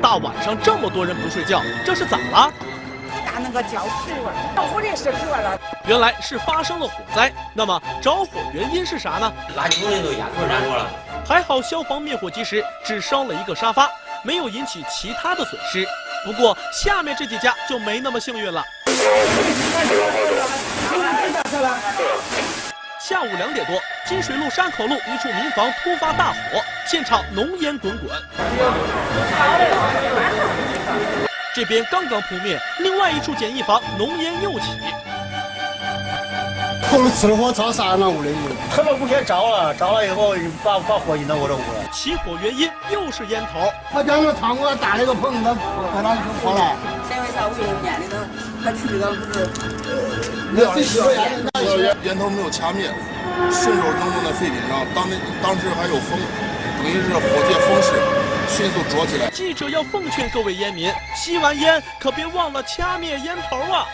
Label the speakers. Speaker 1: 大晚上这么多人不睡觉，这是咋了？
Speaker 2: 打那个浇水味儿，到我这是热了。
Speaker 1: 原来是发生了火灾，那么着火原因是啥呢？
Speaker 3: 垃圾桶里都烟头粘着了。
Speaker 1: 还好消防灭火及时，只烧了一个沙发，没有引起其他的损失。不过下面这几家就没那么幸运了。下午两点多，金水路山口路一处民房突发大火，现场浓烟滚滚。这边刚刚扑灭，另外一处简易房浓烟又起。
Speaker 4: 后面吃了火着啥那屋里有。
Speaker 5: 他把屋给着了，着了以后把把火引到我这屋了。
Speaker 1: 起火原因又是烟头。
Speaker 4: 他将那窗户啊打了个碰，他把那就火了。
Speaker 2: 因为啥？为了烟里头，他去的不是
Speaker 4: 那最喜欢烟那
Speaker 6: 烟烟头没有掐灭，顺手扔到那废品上，当那当时还有风，等于是火借风势迅速着起来。
Speaker 1: 记者要奉劝各位烟民，吸完烟可别忘了掐灭烟头啊！